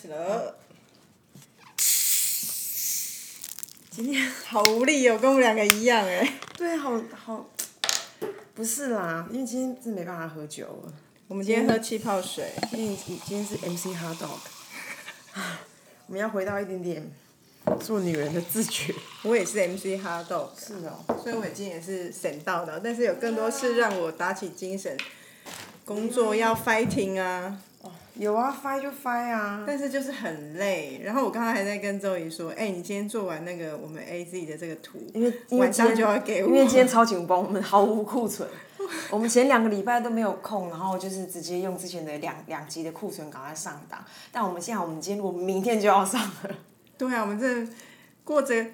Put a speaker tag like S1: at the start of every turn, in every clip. S1: 始了。
S2: 今天
S1: 好无力哦，跟我们两个一样哎。
S2: 对，好好，不是啦，因为今天真没办法喝酒了。
S1: 我们今天喝气泡水，
S2: 今天今天是 MC Hot Dog，我啊们要回到一点点做女人的自觉。
S1: 我也是 MC 哈豆，
S2: 是哦，
S1: 所以我今天也是省到的，但是有更多事让我打起精神，工作要 fighting 啊，
S2: 有啊，翻就翻啊。
S1: 但是就是很累。然后我刚才还在跟周怡说，哎、你今天做完那个我们 A Z 的这个图，
S2: 因为因为
S1: 晚
S2: 今
S1: 上
S2: 天
S1: 就要给我，
S2: 因为今 天超紧绷，我们毫无库存。我们前两个礼拜都没有空，然后就是直接用之前的两两集的库存赶快上档。但我们现在，我们今天我们明天就要上了。
S1: 对啊，我们这过着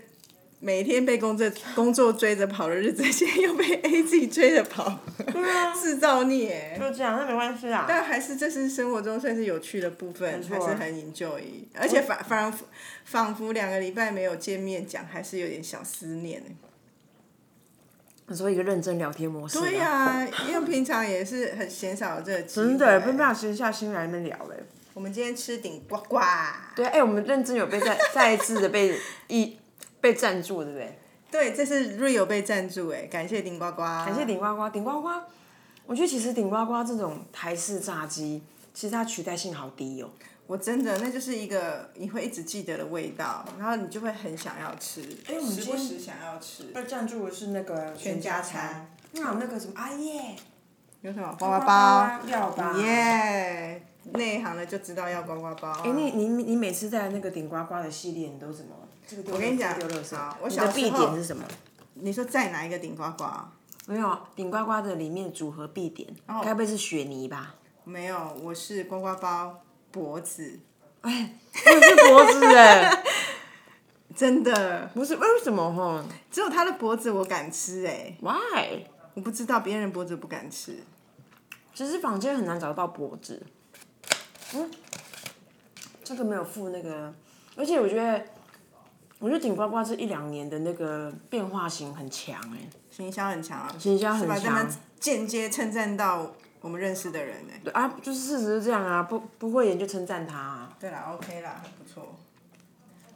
S1: 每天被工作工作追着跑的日子，现在又被 A G 追着跑， 制造孽。
S2: 就这样，那没关系啊。
S1: 但还是这是生活中算是有趣的部分，
S2: 没错
S1: 还
S2: 啊
S1: 是很 enjoy。而且反反仿佛两个礼拜没有见面讲，还是有点小思念。
S2: 你说一个认真聊天模式、
S1: 对呀、因为平常也是很闲少有这个机会。
S2: 真的被没有闲下心来那边聊嘞。
S1: 我们今天吃顶呱呱，
S2: 对，哎、我们认真有被 再再一次的被一被赞助，对不对？
S1: 对，这是 Rio 被赞助哎，感谢顶呱呱，
S2: 感谢顶呱呱，顶呱呱。我觉得其实顶呱呱这种台式炸鸡，其实它取代性好低哦。
S1: 我真的，那就是一个你会一直记得的味道，然后你就会很想要吃，
S2: 哎我们
S1: 时不
S2: 今呃
S1: 时想要吃。
S2: 被赞助的是那个
S1: 全家餐，
S2: 那有那个什么阿耶
S1: 有什么呱呱包？
S2: 料包。
S1: 耶，内行的就知道要呱呱包啊。
S2: 哎、你你你每次在那个顶呱呱的系列，你都怎么？这个丢
S1: 我跟你
S2: 垃圾
S1: 讲
S2: 丢垃圾
S1: 好我
S2: 你
S1: 小
S2: 的
S1: 时
S2: 必
S1: 候
S2: 点是什么？
S1: 你说再拿一个顶呱呱？
S2: 没有啊，顶呱呱的里面组合必点，
S1: 哦
S2: 该不会是雪泥吧？
S1: 没有，我是呱呱包脖子，
S2: 哎，我也是脖子哎，
S1: 真的，
S2: 不是为什么哈
S1: 只有他的脖子我敢吃哎、
S2: ？Why？
S1: 我不知道别人的脖子不敢吃。
S2: 其实坊间很难找到脖子。嗯，这个没有附那个，而且我觉得，我觉得顶呱呱这一两年的那个变化型很强哎、
S1: 行销很强啊，
S2: 行销很
S1: 是吧？
S2: 强
S1: 他们间接称赞到我们认识的人哎、
S2: 对啊，就是事实是这样啊，不不会演就称赞他、啊。
S1: 对啦，OK 啦，很不错。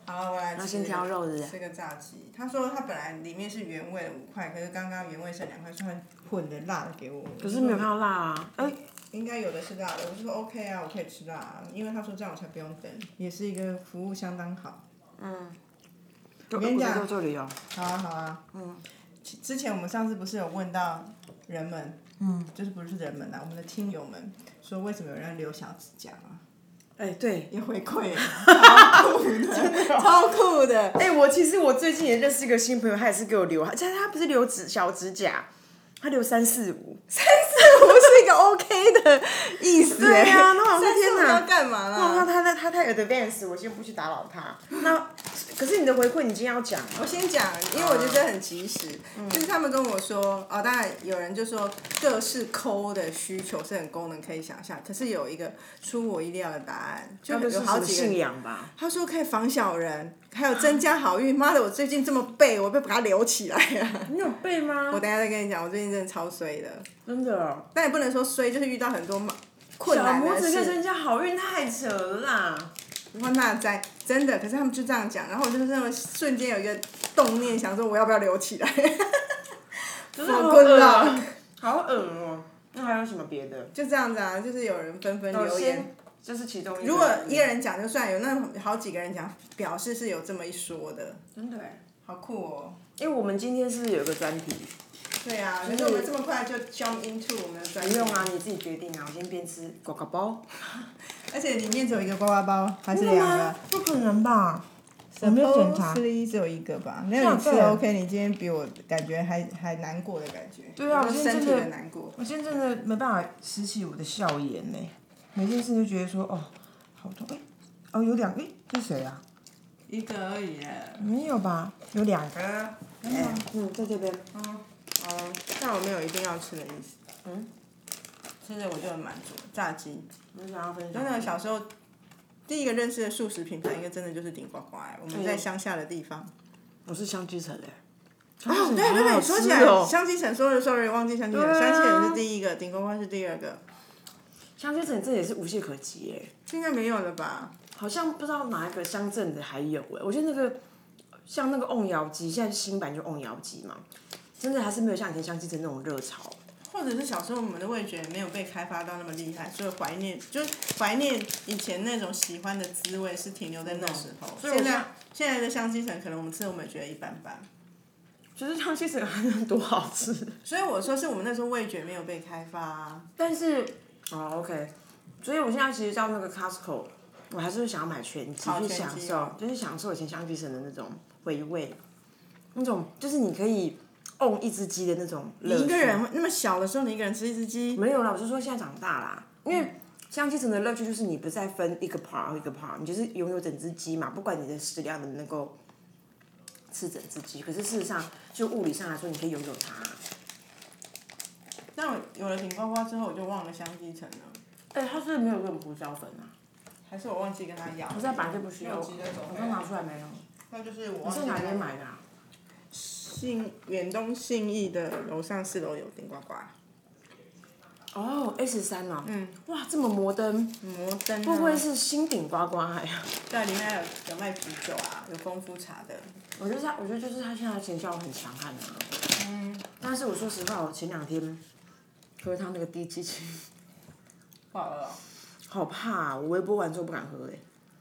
S1: 好，我来吃。
S2: 那先挑肉是不是
S1: 这个炸鸡，他说他本来里面是原味的五块，可是刚刚原味剩两块，所以他混的辣的给我。
S2: 可是没有看到辣啊，哎、
S1: 应该有的是辣的，我就说 OK 啊，我可以吃辣、啊，因为他说这样我才不用等，也是一个服务相当好。
S2: 我
S1: 跟你讲
S2: 这里哦，
S1: 好啊，好啊，嗯，其之前我们上次不是有问到人们，嗯，就是不是人们啊，我们的听友们说为什么有人留小指甲啊？
S2: 哎、对，
S1: 也回 馈了，超酷的，超酷的，
S2: 哎、我其实我最近也认识一个新朋友，他也是给我留，但是他不是留指小指甲，他留三四五，
S1: 三四五是一个 OK 的意思欸。
S2: 对啊那我说
S1: 三四五
S2: 天哪
S1: 要干嘛
S2: 那他
S1: 啦？
S2: 他他他太 advanced，我先不去打扰他。那可是你的回馈，你今天要讲吗？
S1: 我先讲，因为我觉得很及时，就是他们跟我说，哦，当然有人就说各式抠的需求是很功能可以想象，可是有一个出我意料的答案，就
S2: 那就是
S1: 有好几个
S2: 信仰吧。
S1: 他说可以防小人，还有增加好运。妈的，我最近这么背，我被把它留起来啊了。
S2: 你有背吗
S1: 我？等一下再跟你讲，我最近真的超衰的，
S2: 真的哦。
S1: 但也不能说衰，就是遇到很多嘛困
S2: 小
S1: 难
S2: 拇
S1: 的
S2: 指跟
S1: 事。
S2: 人家好运太扯了啦！
S1: 然后那在真的，可是他们就这样讲，然后我就是那种瞬间有一个动念，想说我要不要留起来。
S2: 真
S1: 好恶啊
S2: 啊，好恶哦。那还有什么别的？
S1: 就这样子啊，就是有人纷纷
S2: 首
S1: 留言
S2: 先，这是其中一个。
S1: 如果一个人讲就算，有那好几个人讲，表示是有这么一说的，
S2: 真的哎，
S1: 好酷哦。
S2: 因为哎我们今天是不是有一个专题？
S1: 对啊，可是我们这么快就 jump into 我们的专
S2: 不
S1: 业
S2: 用啊，你自己决定啊。我先边吃呱呱包。
S1: 而且里面只有一个呱呱包，还是
S2: 真的
S1: 两
S2: 吗
S1: 个？？
S2: 不可能吧？我没有检查
S1: Supposedly 只有一个吧？没
S2: 这
S1: 有
S2: 样
S1: 你吃
S2: 对
S1: OK，你今天比我感觉还还难过的感觉。
S2: 对啊
S1: 我
S2: 我今天
S1: 身体
S2: 真的
S1: 的难过。
S2: 我今天真的没办法拾起我的笑颜呢，每件事就觉得说哦，好痛哎、哦有两哎、这谁啊？
S1: 一个而已耶。
S2: 没有吧？有两个。
S1: 啊，
S2: 嗯，在这边。
S1: 哦，但我没有一定要吃的意思。嗯，吃的我就很满足。炸鸡，
S2: 我想要分
S1: 真的小时候第一个认识的素食品牌，应该真的就是顶呱呱哎。我们在乡下的地
S2: 哦
S1: 方。
S2: 我是香积城哎。
S1: 哦，对对对，说起来，香积城说的 sorry，忘记香积城，
S2: 哦对啊
S1: 香积城是第一个，顶呱呱是第二个，
S2: 香积城这也是无懈可击哎。
S1: 现在没有了吧？
S2: 好像不知道哪一个乡镇的还有哎、我觉得那个像那个瓮窑鸡，现在新版就瓮窑鸡嘛，真的还是没有像以前香鸡的那种热潮。
S1: 或者是小时候我们的味觉没有被开发到那么厉害，所以怀念就是怀念以前那种喜欢的滋味是停留在那时候。
S2: 嗯所以我
S1: 现
S2: 现
S1: 在
S2: 在
S1: 现在的香鸡城可能我们吃我们也觉得一般般，
S2: 就是香鸡整还能多好吃，
S1: 所以我说是我们那时候味觉没有被开发、啊。
S2: 但是哦 OK，所以我现在其实到那个 Costco，我还是会想要买全鸡，
S1: 好
S2: 去
S1: 全
S2: 享
S1: 鸡哦
S2: 受，就是享受以前香鸡城的那种回味，那种就是你可以 own 一只鸡的那种乐
S1: 你
S2: 趣。
S1: 一个人会那么小的时候，你一个人吃一只鸡，
S2: 没有啦，我是说现在长大啦，因为相机层的乐趣就是你不再分一个 part 一个 part，你就是拥有整只鸡嘛，不管你的食量能不能够吃整只鸡，可是事实上就物理上来说，你可以拥有它。
S1: 但我有了顶呱呱之后，我就忘了香鸡城了，
S2: 哎、它是没有用胡椒粉啊，
S1: 还是我忘记跟他要？
S2: 可是它本来就不需要，
S1: 没有鸡那种
S2: 哦我刚拿出来没有？
S1: 那就是我
S2: 你
S1: 忘记
S2: 是哪
S1: 跟他
S2: 边买的、啊？
S1: 信远东信义的楼上四楼有顶呱呱，
S2: 哦，S 三哦，嗯，哇，这么摩登，
S1: 摩登、
S2: 会不会
S1: 啊，
S2: 是新顶呱呱呀？
S1: 对，里面还有有卖啤酒啊，有功夫茶的。
S2: 我觉得他，我觉得就是他现在的前效很强悍啊。嗯。但是我说实话，我前两天喝他那个低基情，
S1: 不好哦了，
S2: 好怕、啊，我微波完之后不敢喝哎、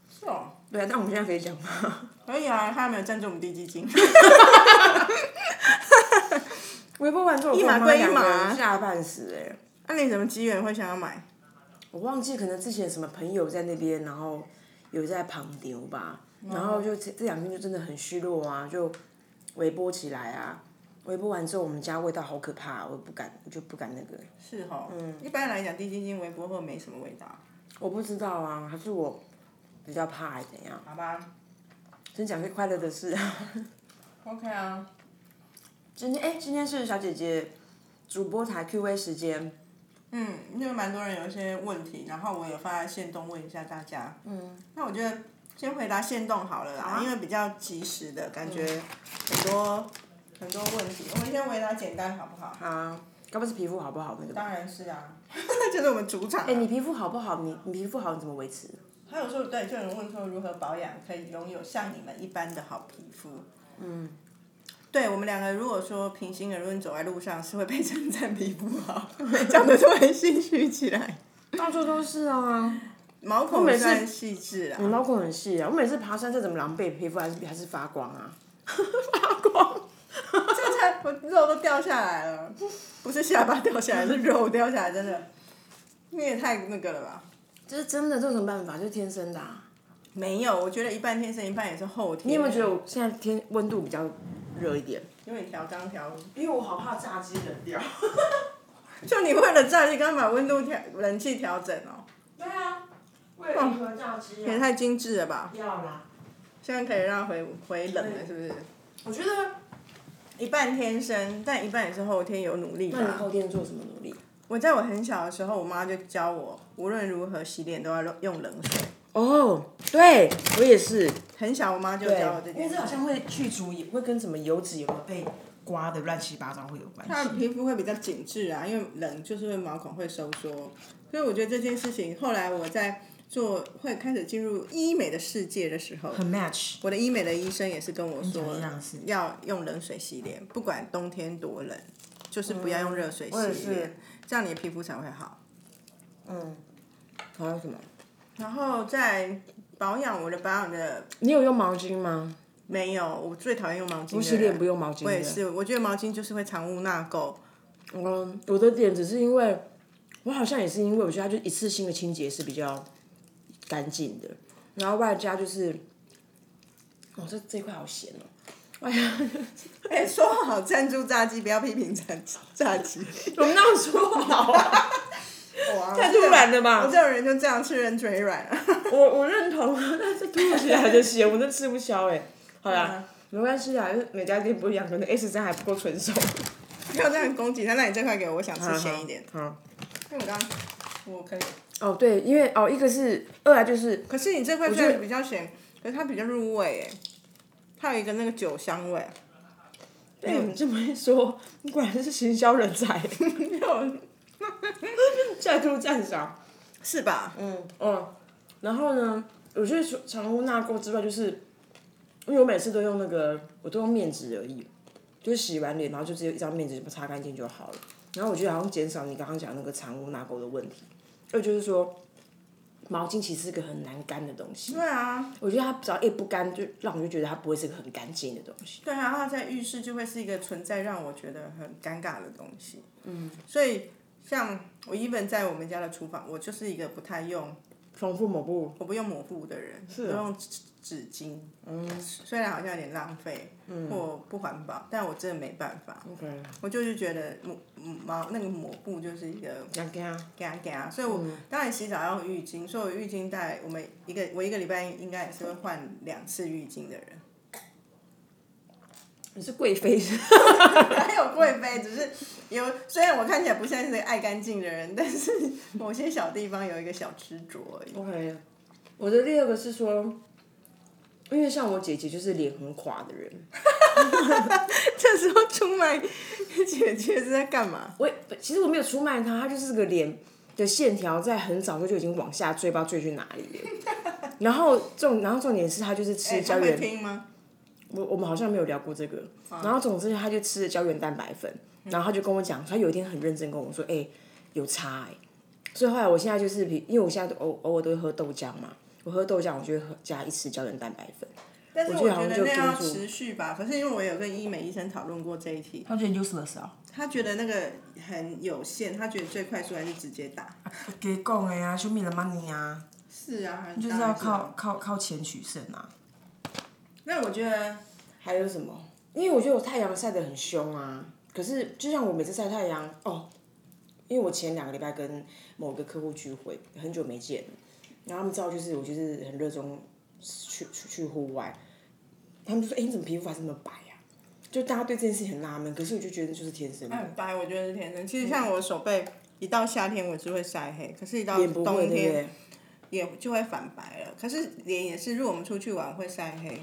S1: 是哦，
S2: 对啊，但我们现在可以讲吗？
S1: 可以啊，他没有赞助我们低基金。
S2: 微波完之后我
S1: 一码
S2: 跟我
S1: 归一
S2: 两个
S1: 码
S2: 人吓半死哎、
S1: 那、你怎么机缘会想要买？
S2: 我忘记可能之前什么朋友在那边，然后有在旁丢吧，然后就这这两天就真的很虚弱啊，就微波起来啊。微波完之后，我们家味道好可怕、我不敢，我就不敢那个。
S1: 是哦，嗯，一般来讲低基金微波后没什么味道，
S2: 我不知道啊，还是我比较怕还是怎样？
S1: 好吧
S2: 先讲些快乐的事啊。
S1: ？OK 啊，
S2: 今天哎、今天是小姐姐主播台 Q&A 时间，
S1: 嗯，因为蛮多人有一些问题，然后我有发在线动问一下大家。嗯，那我觉得先回答线动好了啊嗯啦，因为比较及时的感觉，很多、很多问题，我们先回答简单好不好？
S2: 啊，该不是皮肤好不好那个吧？
S1: 当然是啊， 就是我们主场啊、
S2: 哎、你皮肤好不好？你你皮肤好你怎么维持？
S1: 还有说，对，就有人问说如何保养可以拥有像你们一般的好皮肤。嗯，对我们两个如果说平心而论，走在路上是会被称赞皮肤 好，讲的突然心虚起来。
S2: 到处都是 啊，
S1: 毛
S2: 我
S1: 孔
S2: 每次
S1: 算细致啦
S2: 你，毛孔很细啊。我每次爬山再怎么狼狈，皮肤还是还是发光啊。
S1: 这才我肉都掉下来了，不是下巴掉下来，是肉掉下来，真的。你也太那个了吧？
S2: 这是真的，这有什么办法？就是天生的、啊。
S1: 没有，我觉得一半天生一半也是后天。
S2: 你有没有觉得我现在天温度比较热一点？
S1: 有点调刚调？
S2: 因为我好怕炸鸡冷掉。
S1: 就你为了炸鸡，刚把温度调、冷气调整哦，
S2: 对啊，为了迎合炸鸡啊
S1: 也太精致了吧？
S2: 要啦。
S1: 现在可以让它回回冷了，是不是？
S2: 我觉得，
S1: 一半天生，但一半也是后天有努力
S2: 那你
S1: 吧。
S2: 后天做什么努力？
S1: 我在我很小的时候，我妈就教我，无论如何洗脸都要用冷水。
S2: 哦，对我也是，
S1: 很小，我妈就
S2: 对
S1: 教我这，
S2: 因为
S1: 件
S2: 这
S1: 事
S2: 好。像会去除，也会跟什么油脂有没有被刮的乱七八糟会有关
S1: 她
S2: 系。
S1: 的皮肤会比较紧致啊，因为冷就是会毛孔会收缩，所以我觉得这件事情，后来我在做会开始进入医美的世界的时候，
S2: 很 match，
S1: 我的医美的医生也是跟我说
S2: 跟你讲一样是，
S1: 要用冷水洗脸，不管冬天多冷，就是不要用热水
S2: 嗯我也
S1: 洗脸，
S2: 是
S1: 这样你的皮肤才会好。
S2: 嗯，还有什么？
S1: 然后在保养，我的保养的
S2: 你有用毛巾吗？
S1: 没有，我最讨厌用毛巾的人。
S2: 我洗脸不用毛巾的。
S1: 我也是，我觉得毛巾就是会藏污纳垢。
S2: 嗯，我的脸只是因为，我好像也是因为我觉得它就一次性的清洁是比较干净的，然后外加就是，哦，这这一块好咸哦，外加
S1: 哎、说好赞助炸鸡，不要批评炸鸡炸鸡。
S2: 我们那说好啊，
S1: 哇，
S2: 太突然了
S1: 我
S2: 吧？
S1: 这种人就这样吃人嘴软啊。
S2: 我我认同，啊但是突如其来的咸，我真吃不消哎。好啦，没关系啦，就是每家店不一样，可能 S 三还不够纯熟。
S1: 不要这样攻击他，那你这块给我，我想吃咸一点。
S2: 好。
S1: 因为我刚刚我可以，
S2: 哦，对，因为哦，一个是，二来就是
S1: 可是你这块
S2: 我
S1: 虽
S2: 觉得
S1: 然比较咸，可是它比较入味哎，它有一个那个酒香 味。
S2: 被哎你这么一说，你果然是行销人 才，再度赞赏。
S1: 是吧？
S2: 哦嗯嗯，然后呢，我觉得除长屋纳垢之外，就是因为我每次都用那个，我都用面纸而已，就是洗完脸，然后就直接一张面纸把它擦干净就好了。然后我觉得好像减少你刚刚讲那个藏污纳垢的问题，二就是说，毛巾其实是个很难干的东西。
S1: 对啊，
S2: 我觉得它只要一不干，就让我就觉得它不会是个很干净的东西。
S1: 对啊，它在浴室就会是一个存在让我觉得很尴尬的东西。嗯，所以像我 even 在我们家的厨房，我就是一个不太用，
S2: 重复抹布，
S1: 我不用抹布的人，
S2: 是
S1: 我用纸纸巾。啊嗯，虽然好像有点浪费，或不环保，但我真的没办法。
S2: OK，
S1: 我就是觉得抹毛那个抹布就是一个
S2: 两根啊，
S1: 嘎嘎，所以我当然洗澡要用浴巾，所以我浴巾带我们一个我一个礼拜应该也是会换两次浴巾的人。
S2: 你是贵妃是？
S1: 还有贵妃，只是有虽然我看起来不像是个爱干净的人，但是某些小地方有一个小执着而已。
S2: OK，我的第二个是说，因为像我姐姐就是脸很垮的人，
S1: 这时候出卖姐姐是在干嘛？
S2: 我也其实我没有出卖她，她就是个脸的线条在很早就就已经往下坠，不知道坠去哪 里了。然后重，然后重点是她就是吃
S1: 哎，
S2: 胶
S1: 他会
S2: 原，
S1: 听啊吗？
S2: 我我们好像没有聊过这个。然后总之她就吃了胶原蛋白粉，
S1: 嗯
S2: 然后她就跟我讲，她有一天很认真跟我说，哎、有差哎、所以后来我现在就是比，因为我现在都偶偶尔都会喝豆浆嘛，我喝豆浆我就会喝加一匙胶原蛋白粉。
S1: 但是
S2: 我
S1: 我
S2: 觉得好
S1: 觉得
S2: 像就
S1: 那
S2: 盯
S1: 要
S2: 住
S1: 持续吧。可是因为我有跟医美医生讨论过这一题，
S3: 他觉得 useless 啊，
S1: 他觉得那个很有限，他觉得最快速还是直接打。
S3: 给讲的啊，show me the money 啊，
S1: 是啊，
S3: 就是要靠。靠靠钱取胜啊。
S1: 那我觉得
S2: 还有什么？因为我觉得我太阳晒得很凶啊，可是就像我每次晒太阳哦，因为我前两个礼拜跟某个客户聚会，很久没见了，然后他们知道就是我就是很热衷去去去户外，他们就说：“哎、你怎么皮肤还这么白呀、就大家对这件事情很纳闷，可是我就觉得就是天生的。
S1: 哎很白，我觉得是天生。其实像我手背，一到夏天我是会晒黑，可是一到
S2: 脸不会，
S1: 冬
S2: 对不
S1: 天
S2: 对？
S1: 也就会反白了。可是脸也是，如果我们出去玩会晒黑，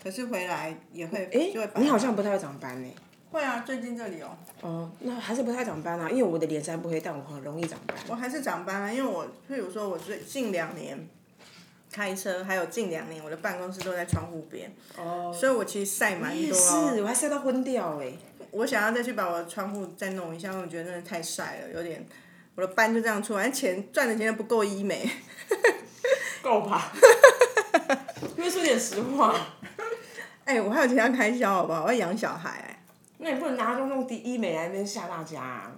S1: 可是回来也会，
S2: 哎、
S1: 就会白。
S2: 你好像不太会长斑呢、
S1: 会啊，最近这里哦，
S2: 哦，那还是不太长斑啊，因为我的脸上不黑，但我很容易长斑。
S1: 我还是长斑啊，因为我，譬如说我最近两年开车，还有近两年我的办公室都在窗户边，
S2: 哦，
S1: 所以我其实晒蛮
S2: 也
S1: 多、
S2: 是，
S1: 哦。
S2: 我还晒到昏掉哎、
S1: 我想要再去把我的窗户再弄一下，因为我觉得真的太晒了，有点我的斑就这样出来，钱赚的钱不够医美。
S2: 够 吧？因为说点实话，
S1: 哎、我还有其他开销，好不好？我要养小孩、哎
S2: 那你不能拿中用第一美来那边吓大家、啊。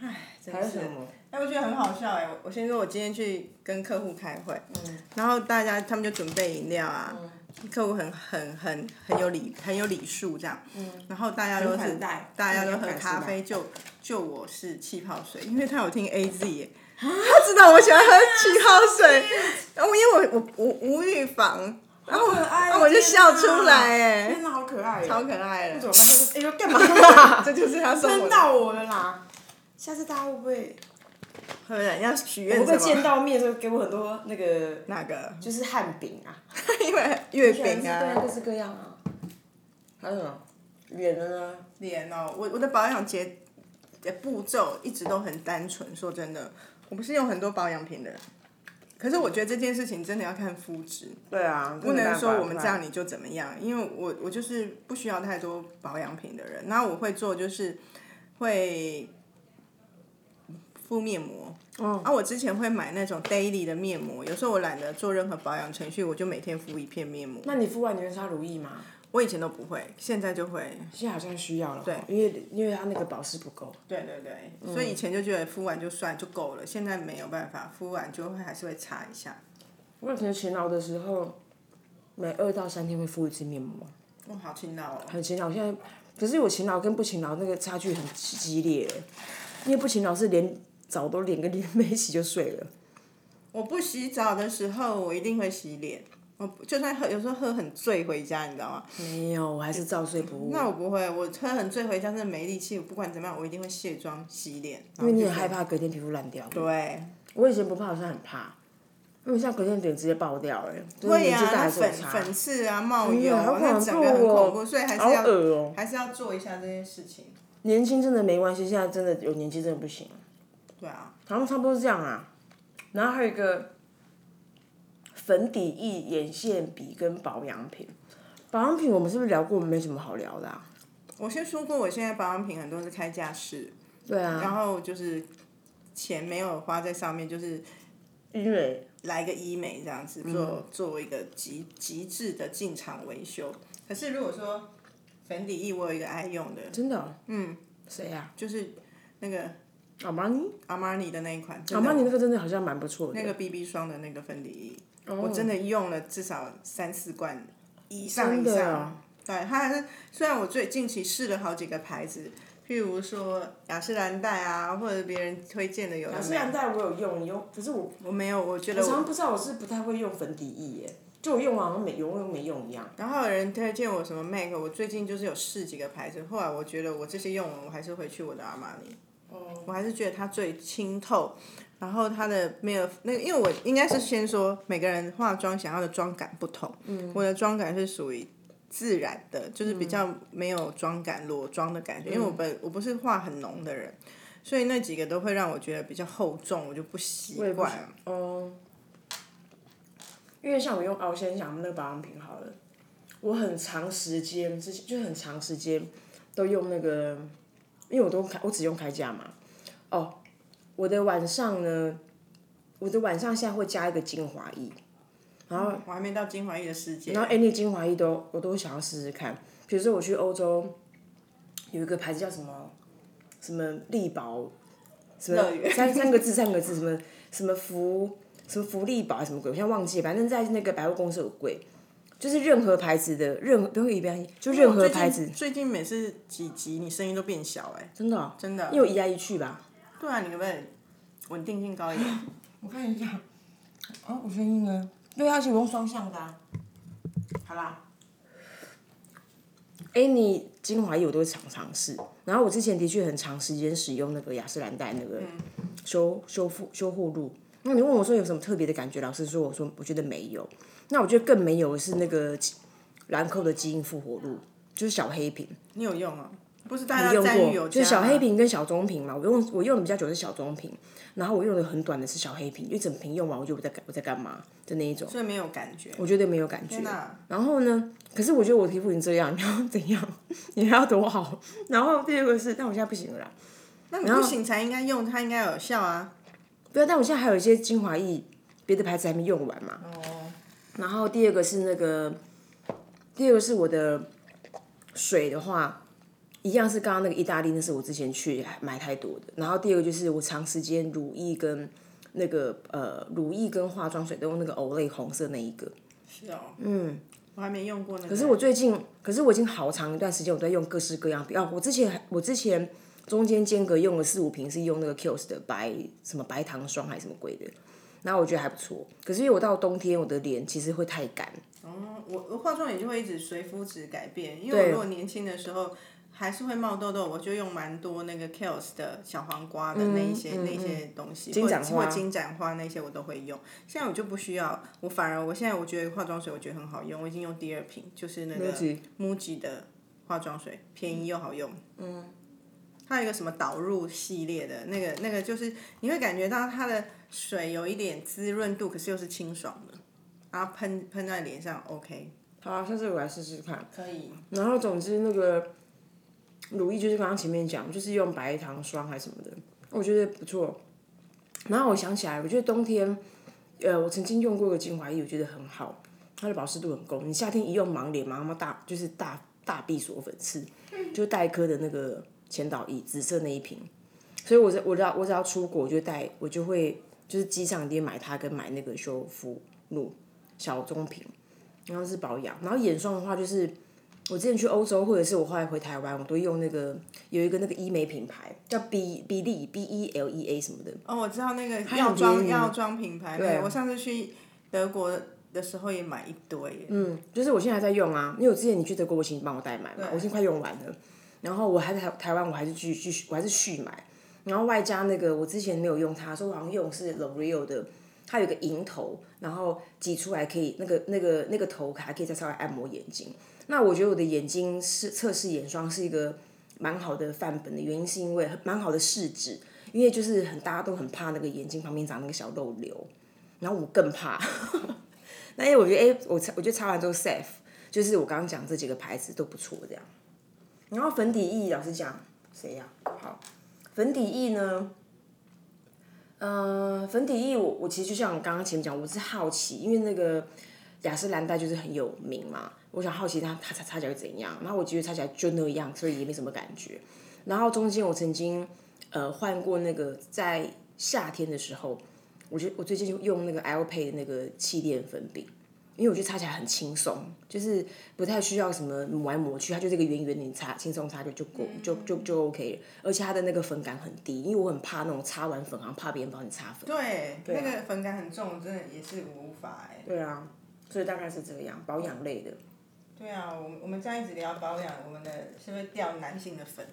S2: 还有什么？
S1: 哎，我觉得很好笑哎、我我先说，我今天去跟客户开会，
S2: 嗯
S1: 然后大家他们就准备饮料啊，客户很很很很有礼很有礼数这样，然后大家都
S2: 嗯很
S1: 是
S2: 款待
S1: 大家
S2: 真的
S1: 都
S2: 很
S1: 喝
S2: 款式
S1: 咖
S2: 吧
S1: 啡，就就我是气泡水，因为他有听 A Z 耶、他知道我喜欢喝气泡 水，然后因为我我我无预防，然后我
S2: 好可爱哦
S1: 我就
S2: 天哪
S1: 笑出来哎、
S2: 天哪，好可爱
S1: 超
S2: 哦！
S1: 可爱啊的
S2: 怎，么办？哎呦，干 嘛？
S1: 这就是他送我
S2: 喷
S1: 的。
S2: 到我了啦！下次大家会不会
S1: 喝了要许
S2: 会
S1: 愿
S2: 不会
S1: 什
S2: 见
S1: 么？
S2: 到面的时候给我很多那个
S1: 哪个？
S2: 就是汉饼啊、
S1: 因为月饼
S2: 对
S1: 啊
S2: 各，式各样啊。还有什么？脸的呢？
S1: 脸哦，我我的保养节的步骤一直都很单纯。说真的，我不是用很多保养品的人，可是我觉得这件事情真的要看肤质，
S2: 对啊，
S1: 不能说我们这样
S2: 子。
S1: 你就怎么样，因为我我就是不需要太多保养品的人。然后我会做就是会敷面膜。
S2: 嗯
S1: 啊，我之前会买那种 daily 的面膜，有时候我懒得做任何保养程序，我就每天敷一片面膜。
S2: 那你敷完你会擦乳液吗？
S1: 我以前都不会，现在就会。
S2: 现在好像需要了，
S1: 对，
S2: 因为因为它那个保湿不够。
S1: 对对对，所
S2: 嗯
S1: 以以前就觉得敷完就算就够了，现在没有办法，敷完就会还是会擦一下。
S2: 我以前勤劳的时候，每二到三天会敷一次面膜，
S1: 哇，好勤劳哦！
S2: 很勤劳。现在可是我勤劳跟不勤劳那个差距很激烈，因为不勤劳是连澡都连个连没洗就睡了。
S1: 我不洗澡的时候，我一定会洗脸。我不就算喝，有时候喝很醉回家，你知道吗？
S2: 没有，我还是照睡不误。
S1: 那我不会，我喝很醉回家真的没力气。我不管怎么样，我一定会卸妆洗脸。
S2: 因为你很
S1: 然后就
S2: 害怕隔天皮肤烂掉。
S1: 对，
S2: 我以前不怕，我现在很怕，因为我现在隔天脸直接爆掉哎、欸，就是
S1: 对
S2: 年
S1: 呀、
S2: 纪大
S1: 那
S2: 还是有
S1: 粉
S2: 差，
S1: 粉刺啊、冒
S2: 真
S1: 油
S2: 哎的好
S1: 啊，那
S2: 恐
S1: 整
S2: 怖
S1: 个很恐
S2: 哦
S1: 怖，所以还是
S2: 好
S1: 要
S2: 恶哦、
S1: 还是要做一下这件事情。
S2: 年轻真的没关系，现在真的有年纪真的不行。
S1: 对啊，
S2: 好像差不多是这样啊。然后还有一个粉底液、眼线笔跟保养品。保养品我们是不是聊过？没什么好聊的、啊。
S1: 我先说过，我现在保养品很多是开价式，
S2: 对
S1: 然
S2: 啊，
S1: 后就是钱没有花在上面，就是
S2: 因为
S1: 来个医美这样子
S2: 嗯
S1: 做作为一个极极致的进场维修。可是如果说粉底液，我有一个爱用的，
S2: 真的哦、
S1: 嗯，
S2: 谁呀、
S1: 就是那个
S2: 阿玛尼，
S1: 阿玛尼的那一款，
S2: 阿
S1: 真的
S2: 玛尼那个真的好像蛮不错的。
S1: 那个 BB 霜的那个粉底液，
S2: 哦
S1: 我真的用了至少三四罐以上
S2: 真
S1: 以
S2: 的
S1: 上
S2: 哦。
S1: 对，它还是虽然我最近期试了好几个牌子，譬如说雅诗兰黛啊，或者别人推荐的有的
S2: 雅诗
S1: 没有
S2: 兰黛我有用，用可是我
S1: 我没有，我觉
S2: 我
S1: 得
S2: 常
S1: 我。
S2: 常不知道我是不太会用粉底液耶，就我用完好像没有用没用一样。
S1: 然后有人推荐我什么 MAC，我最近就是有试几个牌子，后来我觉得我这些用完，我还是回去我的阿玛尼。哦。我还是觉得它最清透，然后它的没有那个，因为我应该是先说每个人化妆想要的妆感不同，嗯、我的妆感是属于。自然的，就是比较
S2: 嗯
S1: 没有妆感、裸妆的感觉，因为我本我不是化很浓的人，所以那几个都会让我觉得比较厚重，我就不习
S2: 也不
S1: 惯
S2: 喜。哦、因为像我用哦，我先讲那个保养品好了，我很长时间之前就是很长时间都用那个，因为我都开我只用开架嘛。哦，我的晚上呢，我的晚上现在会加一个精华液，然后
S1: 嗯我还没到精华液的世界，
S2: 然后 any 精华液都我都想要试试看。比如说我去欧洲，有一个牌子叫什么什么力宝，什么
S1: 乐园
S2: 三三个字三个字什么什么福什么福利宝还是什么鬼，我现在忘记了，反正在那个百货公司有柜。就是任何牌子的，任何不用一般，就任何牌
S1: 哦最
S2: 子
S1: 近，最近每次几集你声音都变小哎、
S2: 真的哦、
S1: 真的
S2: 你有一来一去吧？
S1: 对啊，你可不可以稳定性高一 点？
S3: 我看一下，啊，我声音呢？对啊，而且我用双向的、啊。好啦，
S2: 哎，你精华液我都会常尝试。然后我之前的确很长时间使用那个雅诗兰黛那个
S3: 嗯
S2: 修修复修护露。那你问我说有什么特别的感觉？老实说，我说我觉得没有。那我觉得更没有的是那个兰蔻的基因复活露，就是小黑瓶，
S1: 你有用啊？不是大
S2: 你
S1: 家
S2: 用
S1: 赞誉有
S2: 过？
S1: 加
S2: 就
S1: 吗
S2: 是小黑，瓶跟小棕瓶嘛。我用我用的比较久是小棕瓶，然后我用的很短的是小黑瓶，一整瓶用完我就不知道干我在干嘛的那一种。
S1: 所以没有感觉。
S2: 我觉得没有感觉
S1: 天哪。
S2: 然后呢？可是我觉得我的皮肤已经这样，你要怎样？你还要多好？ 然后第二个是，但我现在不行了啦。
S1: 那你不行才应该用，它应该有效啊。
S2: 对啊，但我现在还有一些精华液，别的牌子还没用完嘛。
S1: 哦，
S2: 然后第二个是那个，第二个是我的水的话，一样是刚刚那个意大利，那是我之前去买太多的。然后第二个就是我长时间乳液跟那个呃乳液跟化妆水都用那个 Olay 红色那一个。
S1: 是哦。嗯。我还没用过那个。可
S2: 可是我最近，可是我已经好长一段时间我都在用各式各样的哦，我之前我之前中间间隔用了四五瓶是用那个 Kiehl's 的白什么白糖霜还是什么鬼的，然后我觉得还不错。可是因为我到冬天，我的脸其实会太干，
S1: 我我化妆也就会一直随肤质改变，因为我如果年轻的时候还是会冒痘痘，我就用蛮多那个 Kiehl's 的小黄瓜的那一些、
S2: 嗯
S1: 那一些东西，或
S2: 盏
S1: 者
S2: 花
S1: 或金盏花那些我都会用。现在我就不需要，我反而我现在我觉得化妆水我觉得很好用，我已经用第二瓶，就是那个
S2: Muji
S1: MUJI 的化妆水，便宜又好用。嗯。它有一个什么导入系列的那个那个，就是你会感觉到它的水有一点滋润度，可是又是清爽的，然后喷喷在脸上 OK。
S2: 好、啊，下次我来试试看。
S1: 可以，
S2: 然后总之那个乳液就是刚刚前面讲，就是用白糖霜还是什么的，我觉得不错。然后我想起来，我觉得冬天，呃，我曾经用过一个精华液，我觉得很好，它的保湿度很够。你夏天一用盲脸，妈妈大就是大大闭锁粉刺，就黛珂的那个前导液，紫色那一瓶。所以我在我只要我只要出国，我就带我就会就是机场一定买它跟买那个修复露小棕瓶，然后是保养，然后眼霜的话就是我之前去欧洲，或者是我后来回台湾，我都用那个有一个那个医美品牌叫 B 比利 B E L E A 什么的，
S1: 哦，我知道那个
S2: 有
S1: 药妆
S2: 别于
S1: 药妆品牌，
S2: 对
S1: 对我上次去德国的时候也买一堆，嗯，
S2: 嗯，就是我现在还在用啊，因为我之前你去德国，我请你帮我代买嘛，我已经快用完了，然后我还在台台湾，我还是继续继续，我还是续买，然后外加那个我之前没有用它，说我好像用的是 L'Oreal 的，它有一个银头，然后挤出来可以那个那个那个头还可以再稍微按摩眼睛。那我觉得我的眼睛是测试眼霜是一个蛮好的范本的原因，是因为蛮好的试纸，因为就是很大家都很怕那个眼睛旁边长那个小肉瘤，然后我更怕。那因为我觉得，哎、我擦，我觉得擦完之后 safe，就是我刚刚讲这几个牌子都不错这样。然后粉底液，老实讲，谁呀、好，粉底液呢？呃，粉底液我我其实就像刚刚前面讲，我是好奇，因为那个雅诗兰黛就是很有名嘛，我想好奇它它擦擦起来会怎样。然后我觉得擦起来就那样，所以也没什么感觉。然后中间我曾经呃换过那个在夏天的时候，我就我最近就用那个 L Pay 的那个气垫粉饼，因为我觉得擦起来很轻松，就是不太需要什么抹来抹去，它就这个圆圆的，你擦轻松擦就就够就就就 OK 了。而且它的那个粉感很低，因为我很怕那种擦完粉好像怕别人帮你擦粉。
S1: 对，
S2: 对啊
S1: 那个粉感很重，真的也是我无法哎、
S2: 对啊，所以大概是这样，保养类的。
S1: 对啊，我们我们这样一直聊保养，我们的是不是掉男性的粉？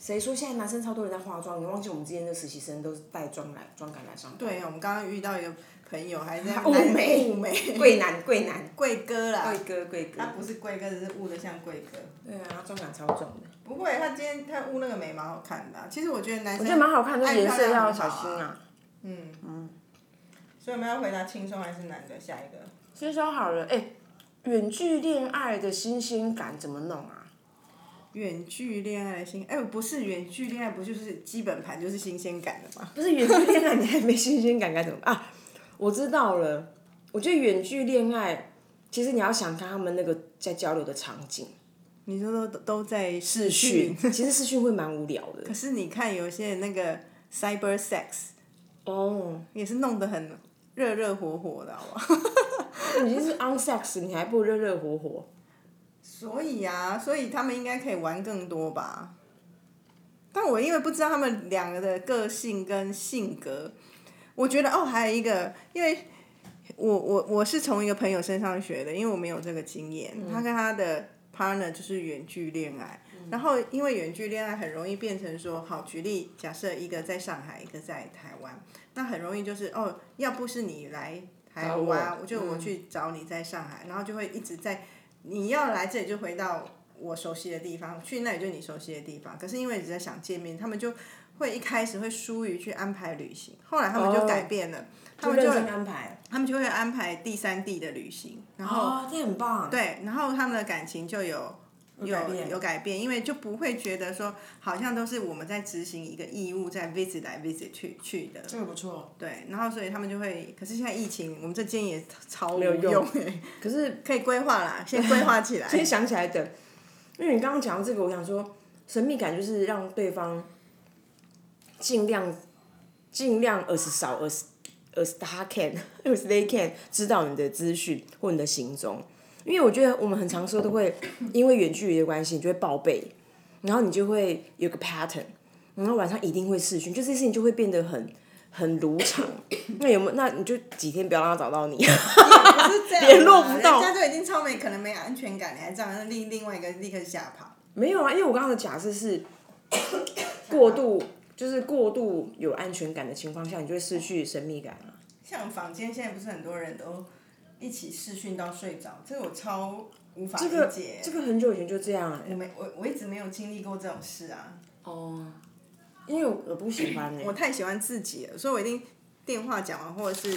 S2: 谁说现在男生超多人在化妆？你忘记我们之前的实习生都是带妆来妆感来上班？
S1: 对，我们刚刚遇到一个朋友还在
S2: 雾眉
S1: 啊 雾眉
S2: 贵男贵男
S1: 贵哥啦，
S2: 贵哥贵哥
S1: 他，不是贵哥，只是雾的像贵哥。
S2: 对啊，他妆感超重的。
S1: 不会，他今天他雾那个眉蛮好看的啊、其实我觉得男
S2: 我
S1: 生
S2: 觉得蛮好看，但是颜色要小
S1: 爱漂
S2: 心
S1: 亮很好
S2: 啊
S1: 啊。嗯嗯，所以我们要回答轻松还是难的下一个。
S4: 先说好了，哎、远距恋爱的新鲜感怎么弄啊？
S1: 远距恋爱的新，哎、不是远距恋爱，不就是基本盘就是新鲜感的吗？
S2: 不是远距恋爱，你还没新鲜感该怎么办 啊？我知道了，我觉得远距恋爱，其实你要想看他们那个在交流的场景，
S1: 你说都都在
S2: 视讯，其实视讯会蛮无聊的
S1: 可是你看有些那个 cyber sex
S2: 哦。
S1: 也是弄得很热热火火的，好不好？
S2: 哦已经是 on sex，你还不热热火火？
S1: 所以啊，所以他们应该可以玩更多吧？但我因为不知道他们两个的个性跟性格，我觉得哦，还有一个，因为我我我是从一个朋友身上学的，因为我没有这个经验。
S2: 嗯
S1: 他跟他的 partner 就是远距恋爱，然后因为远距恋爱很容易变成说，好举例，假设一个在上海，一个在台湾，那很容易就是哦，要不是你来台
S2: 找我嗯
S1: 湾，我就我去找你在上海，然后就会一直在你要来这里就回到我熟悉的地方，去那里就是你熟悉的地方。可是因为一直在想见面，他们就会一开始会疏于去安排旅行，后来他们就
S2: 哦
S1: 改变了，他
S2: 就
S1: 们
S2: 认
S1: 就
S2: 真安排，
S1: 他们就会安排第三地的旅行，然后、
S2: 哦，这很棒。
S1: 对，然后他们的感情就有。有
S2: 改变
S1: 有改变，因为就不会觉得说好像都是我们在执行一个义务，在 visit 来 visit 去去的，
S2: 嗯
S5: 这个不错，
S1: 对，然后所以他们就会，可是现在疫情，我们这建议也超无
S2: 没有用
S1: 用欸
S2: 可是
S1: 可以规划啦，先规划起 来。
S2: 今天想起来等，因为你刚刚讲到这个，我想说神秘感就是让对方尽量尽量 as 少 as as他 can as they can 知道你的资讯或你的行踪，因为我觉得我们很常说都会因为远距离的关系，你就会报备，然后你就会有个 pattern，然后晚上一定会视讯，就这些事情就会变得很。很如常， 那有没有？那你就几天不要让他找到你，
S1: 不 是这样啊，
S2: 联络不到
S1: 人家都已经超没可能没安全感，你还这样，那另另外一个立刻吓跑。
S2: 没有啊，因为我刚刚的假设是 过度，就是过度有安全感的情况下，你就会失去神秘感啊。
S1: 像坊间现在不是很多人都一起视讯到睡着，这个我超无法
S2: 这
S1: 理
S2: 个
S1: 解。
S2: 这个很久以前就这样哎、
S1: 我没我我一直没有经历过这种事啊，
S2: 哦，因为我不喜欢哎、
S1: 我太喜欢自己了，所以我一定电话讲完或者是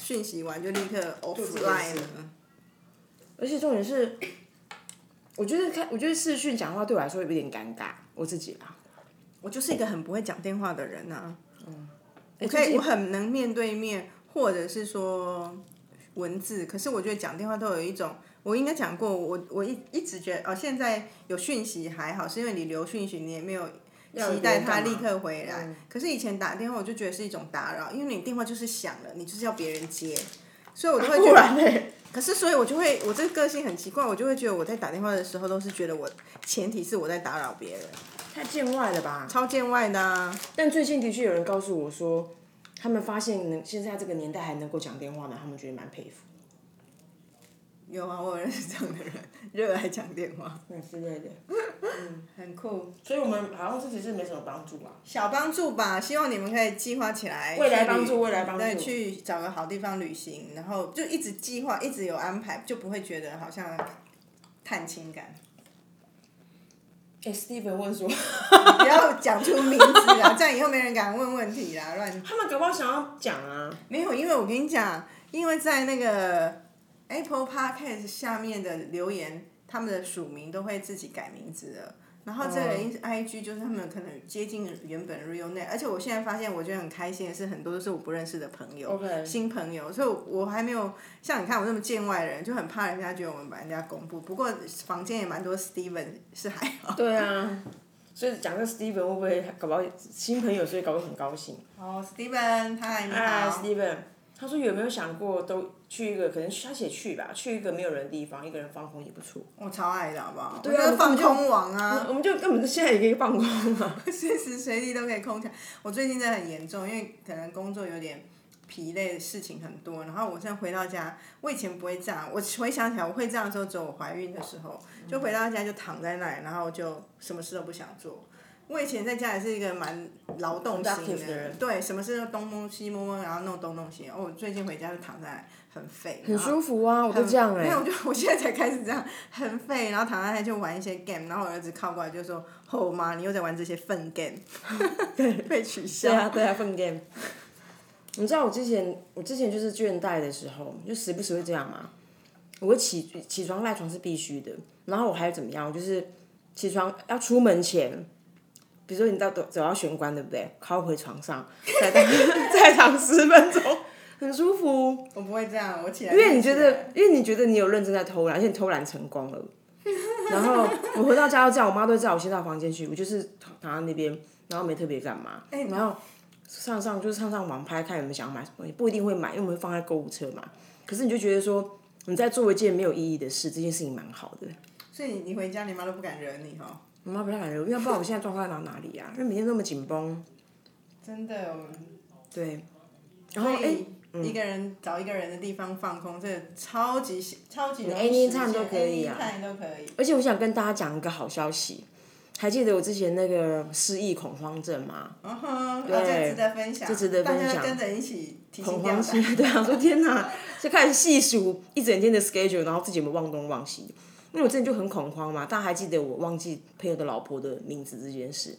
S1: 讯息完就立刻
S2: 这件
S1: offline
S2: 事
S1: 了。
S2: 而且重点是， 我觉得看，我觉得视讯讲话对我来说有点尴尬，我自己啦。
S1: 我就是一个很不会讲电话的人啊，
S2: 我
S1: 我可以我很能面对面，或者是说文字，可是我觉得讲电话都有一种，我应该讲过，我我一一直觉得哦，现在有讯息还好，是因为你留讯息，你也没有期待他立刻回来。可是以前打电话，我就觉得是一种打扰，因为你电话就是响了，你就是要别人接，所以我就 欸会觉
S2: 不啊然欸
S1: 得。
S2: 呢、
S1: 可是，所以我就会，我这个个性很奇怪，我就会觉得我在打电话的时候都是觉得我前提是我在打扰别人，
S2: 太见外了吧？
S1: 超见外的、啊。
S2: 但最近的确有人告诉我说，他们发现能现在这个年代还能够讲电话呢，他们觉得蛮佩服。
S1: 有啊，我有认识这样的人，热爱讲电话，
S2: 嗯之类的，
S1: 很酷。
S4: 所以我们好像自己是没什么帮助啊。
S1: 小帮助吧，希望你们可以计划起来，
S4: 未来
S1: 去旅
S4: 帮助未来帮助
S1: 对，去找个好地方旅行，然后就一直计划，一直有安排，就不会觉得好像探亲感。
S2: 哎、s t e v e n 问说，
S1: 不要讲出名字 啦，这样以后没人敢问问题啦，乱
S4: 他们搞不好想要讲啊，
S1: 没有，因为我跟你讲，因为在那个 App Apple Podcast 下面的留言，他们的署名都会自己改名字了。然后这
S2: 哦
S1: 个 IG 就是他们可能接近原本 real name，而且我现在发现，我觉得很开心的是，很多都是我不认识的朋友
S2: OK
S1: 新朋友，所以我还没有像你看我那么见外人，就很怕人家觉得我们把人家公布。不过房间也蛮多 Steven 是还好，
S2: 对啊，所以讲这 Steven 会不会搞不好新朋友，所以搞不好很高兴。
S1: 哦，Steven，嗨，你
S2: 啊
S1: 好。
S2: ，Steven，他说有没有想过都去一个可能他写去吧，去一个没有人的地方，一个人放空也不错。
S1: 我超爱的好不好？
S2: 对啊
S1: 我觉得放
S2: 我
S1: 空网啊，
S2: 我们就根本就现在也可以放空嘛。
S1: 随时随地都可以空起来。我最近真的很严重，因为可能工作有点疲累，事情很多。然后我现在回到家，我以前不会这样，我回想起来我会这样的时候，只有我怀孕的时候，就回到家就躺在那里，然后就什么事都不想做。我以前在家也是一个蛮劳动型
S2: Productive 的人
S1: 对，什么事都东摸西摸摸，然后弄东弄西。哦，我最近回家就躺在那里，很废，
S2: 很
S1: 然后
S2: 舒服啊，我都这样哎、
S1: 没有，我就我现在才开始这样，很废，然后躺在那就玩一些 game，然后我儿子靠过来就说：“吼妈，你又在玩这些粪 game。”被取
S2: 对啊，
S1: 消。
S2: 对啊，粪 game。你知道我之前，我之前就是倦怠的时候，就时不时会这样嘛。我会起起床赖床是必须的，然后我还要怎么样？我就是起床要出门前，比如说你到走走到玄关，对不对？靠回床上，再躺 再躺十分钟，很舒服。
S1: 我不会这样，我起来。
S2: 因为你觉得，因为你觉得你有认真在偷懒，而且你偷懒成功了。然后我回到家都这样，我妈都会叫我先到房间去，我就是躺躺在那边，然后没特别干嘛。
S1: 哎
S2: 然后上上就是上上网拍，看有没有想要买什么东西，不一定会买，因为我们会放在购物车嘛。可是你就觉得说你在做一件没有意义的事，这件事情蛮好的。
S1: 所以你你回家，你妈都不敢惹你哈。
S2: 我妈不太敢惹我，要不然我现在状况到哪里啊？因为每天那么紧绷，
S1: 真的，我们
S2: 对。
S1: 所
S2: 然后哎、
S1: 以一个人找一个人的地方放空，这个超级超级容易实
S2: anytime
S1: 现
S2: 都可以啊
S1: ，anytime 都可以。
S2: 而且我想跟大家讲一个好消息，还记得我之前那个失忆恐慌症吗？
S1: 嗯哼，啊
S2: 对
S1: 这值得分享，
S2: 这值得分享
S1: 大家跟着一起提心
S2: 恐
S1: 吊
S2: 慌
S1: 胆。
S2: 期， 对啊，说天哪，就开始细数一整天的 schedule，然后自己有没有忘东忘西。因为我真的就很恐慌嘛，大家还记得我忘记朋友的老婆的名字这件事。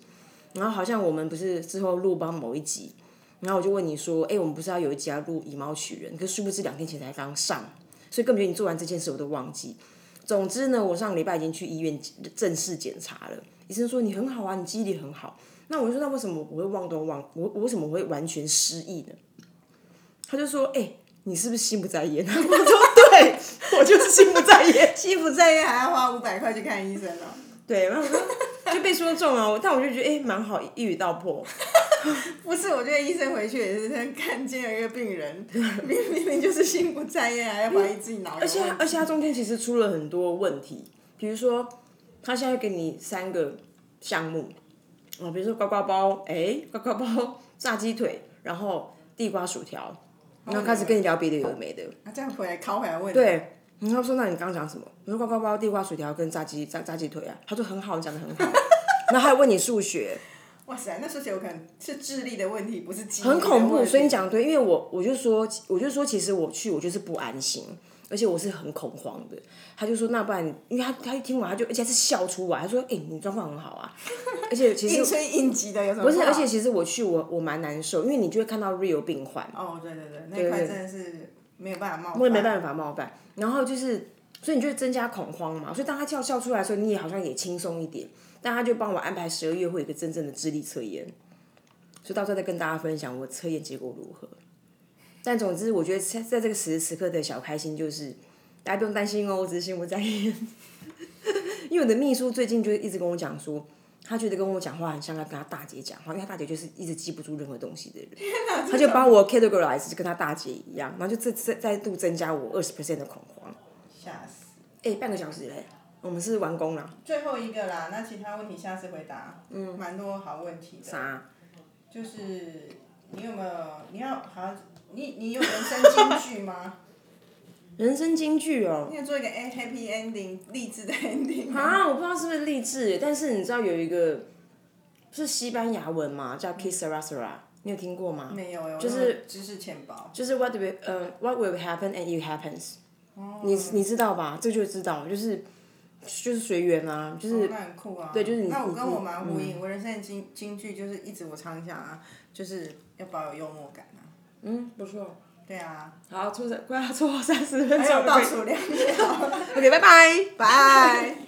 S2: 然后好像我们不是之后录帮某一集，然后我就问你说，哎、我们不是要有一集要录以貌取人？可是殊不知两天前才刚上，所以根本就你做完这件事我都忘记。总之呢，我上个礼拜已经去医院正式检查了，医生说你很好啊，你记忆力很好。那我就说，那为什么我会忘东忘，我我为什么会完全失忆呢？他就说：“哎、你是不是心不在焉？” 我说：“对，我就是心不在焉。
S1: 欺负这样还要花五百块去看医生哦。”
S2: 对，然后我说就被说中了，但我就觉得哎，蛮、好，一语道破。
S1: 不是，我觉得医生回去也是在看见了一个病人，明明明就是心不在焉，还要怀疑自己脑有
S2: 而且
S1: 问
S2: 而
S1: 题。
S2: 且他中间其实出了很多问题，比如说他现在给你三个项目，哦，比如说呱呱包，哎、呱呱包，炸鸡腿，然后地瓜薯条，然后开始跟你聊别的有的没的。
S1: 他啊这样回来拷回来问，，
S2: 对，然后说那你刚讲什么？我说呱呱包、地瓜薯条跟炸鸡炸炸鸡腿啊。他说很好，你讲的很好。 然后还问你数学，
S1: 哇塞，那数学有可能是智力的问题，不是记忆
S2: 很恐怖。所以你
S1: 讲
S2: 讲得对，因为我我就说，我就说，其实我去我就是不安心，而且我是很恐慌的。他就说那不然你，因为他他一听完他就而且他是笑出来，他说哎、你状况很好啊，而且其
S1: 应
S2: 实。
S1: 催应急的有什么
S2: 不
S1: 不好？
S2: 是，而且其实我去我我蛮难受，因为你就会看到 real 病患，
S1: 哦，对对对，那一块
S2: 对对
S1: 真的是没有办法冒犯，
S2: 我也没办法冒犯。然后就是，所以你就增加恐慌嘛。所以当他笑笑出来的时候，你也好像也轻松一点。但他就帮我安排十二月会有一个真正的智力测验，所以到时候再跟大家分享我测验结果如何。但总之，我觉得在在这个此时此刻的小开心就是，大家不用担心哦，我只是心不在焉。 因为我的秘书最近就一直跟我讲说，他觉得跟我讲话很像在跟他大姐讲话，因为他大姐就是一直记不住任何东西的人。他就把我 categorize 就跟他大姐一样，然后就再再再度增加我二十 percent 的恐慌。
S1: 吓死。
S2: 哎、半个小时嘞，我们是完工了。
S1: 最后一个啦，那其他问题下次回答，嗯，蛮多好问题的，
S2: 啥？
S1: 就是你有没有你要好像你你有人生金句吗？
S2: 人生金句哦、
S1: 你有做一个 happy ending 励志的 ending 吗？
S2: 啊，我不知道是不是励志耶，但是你知道有一个是西班牙文嘛，叫 Kissera Sera，你有听过吗？
S1: 没有欸，
S2: 啊就是
S1: 知识钱包。
S2: 就是 what will 呃、what will happen and it happens，、你你知道吧？这就知道，就是就是随缘啊，就
S1: 哦
S2: 是
S1: 那很酷啊！
S2: 对就是你
S1: 那我
S2: 你
S1: 跟我蛮
S2: 嗯
S1: 呼应，我人生的金金句就是一直我常讲啊，就是要保有幽默感啊。
S2: 嗯不错，
S1: 对啊，
S2: 好，出快要出三十分
S1: 还
S2: 钟
S1: 有倒
S2: 了
S1: 数两秒，
S2: ，OK，拜拜。
S1: 拜。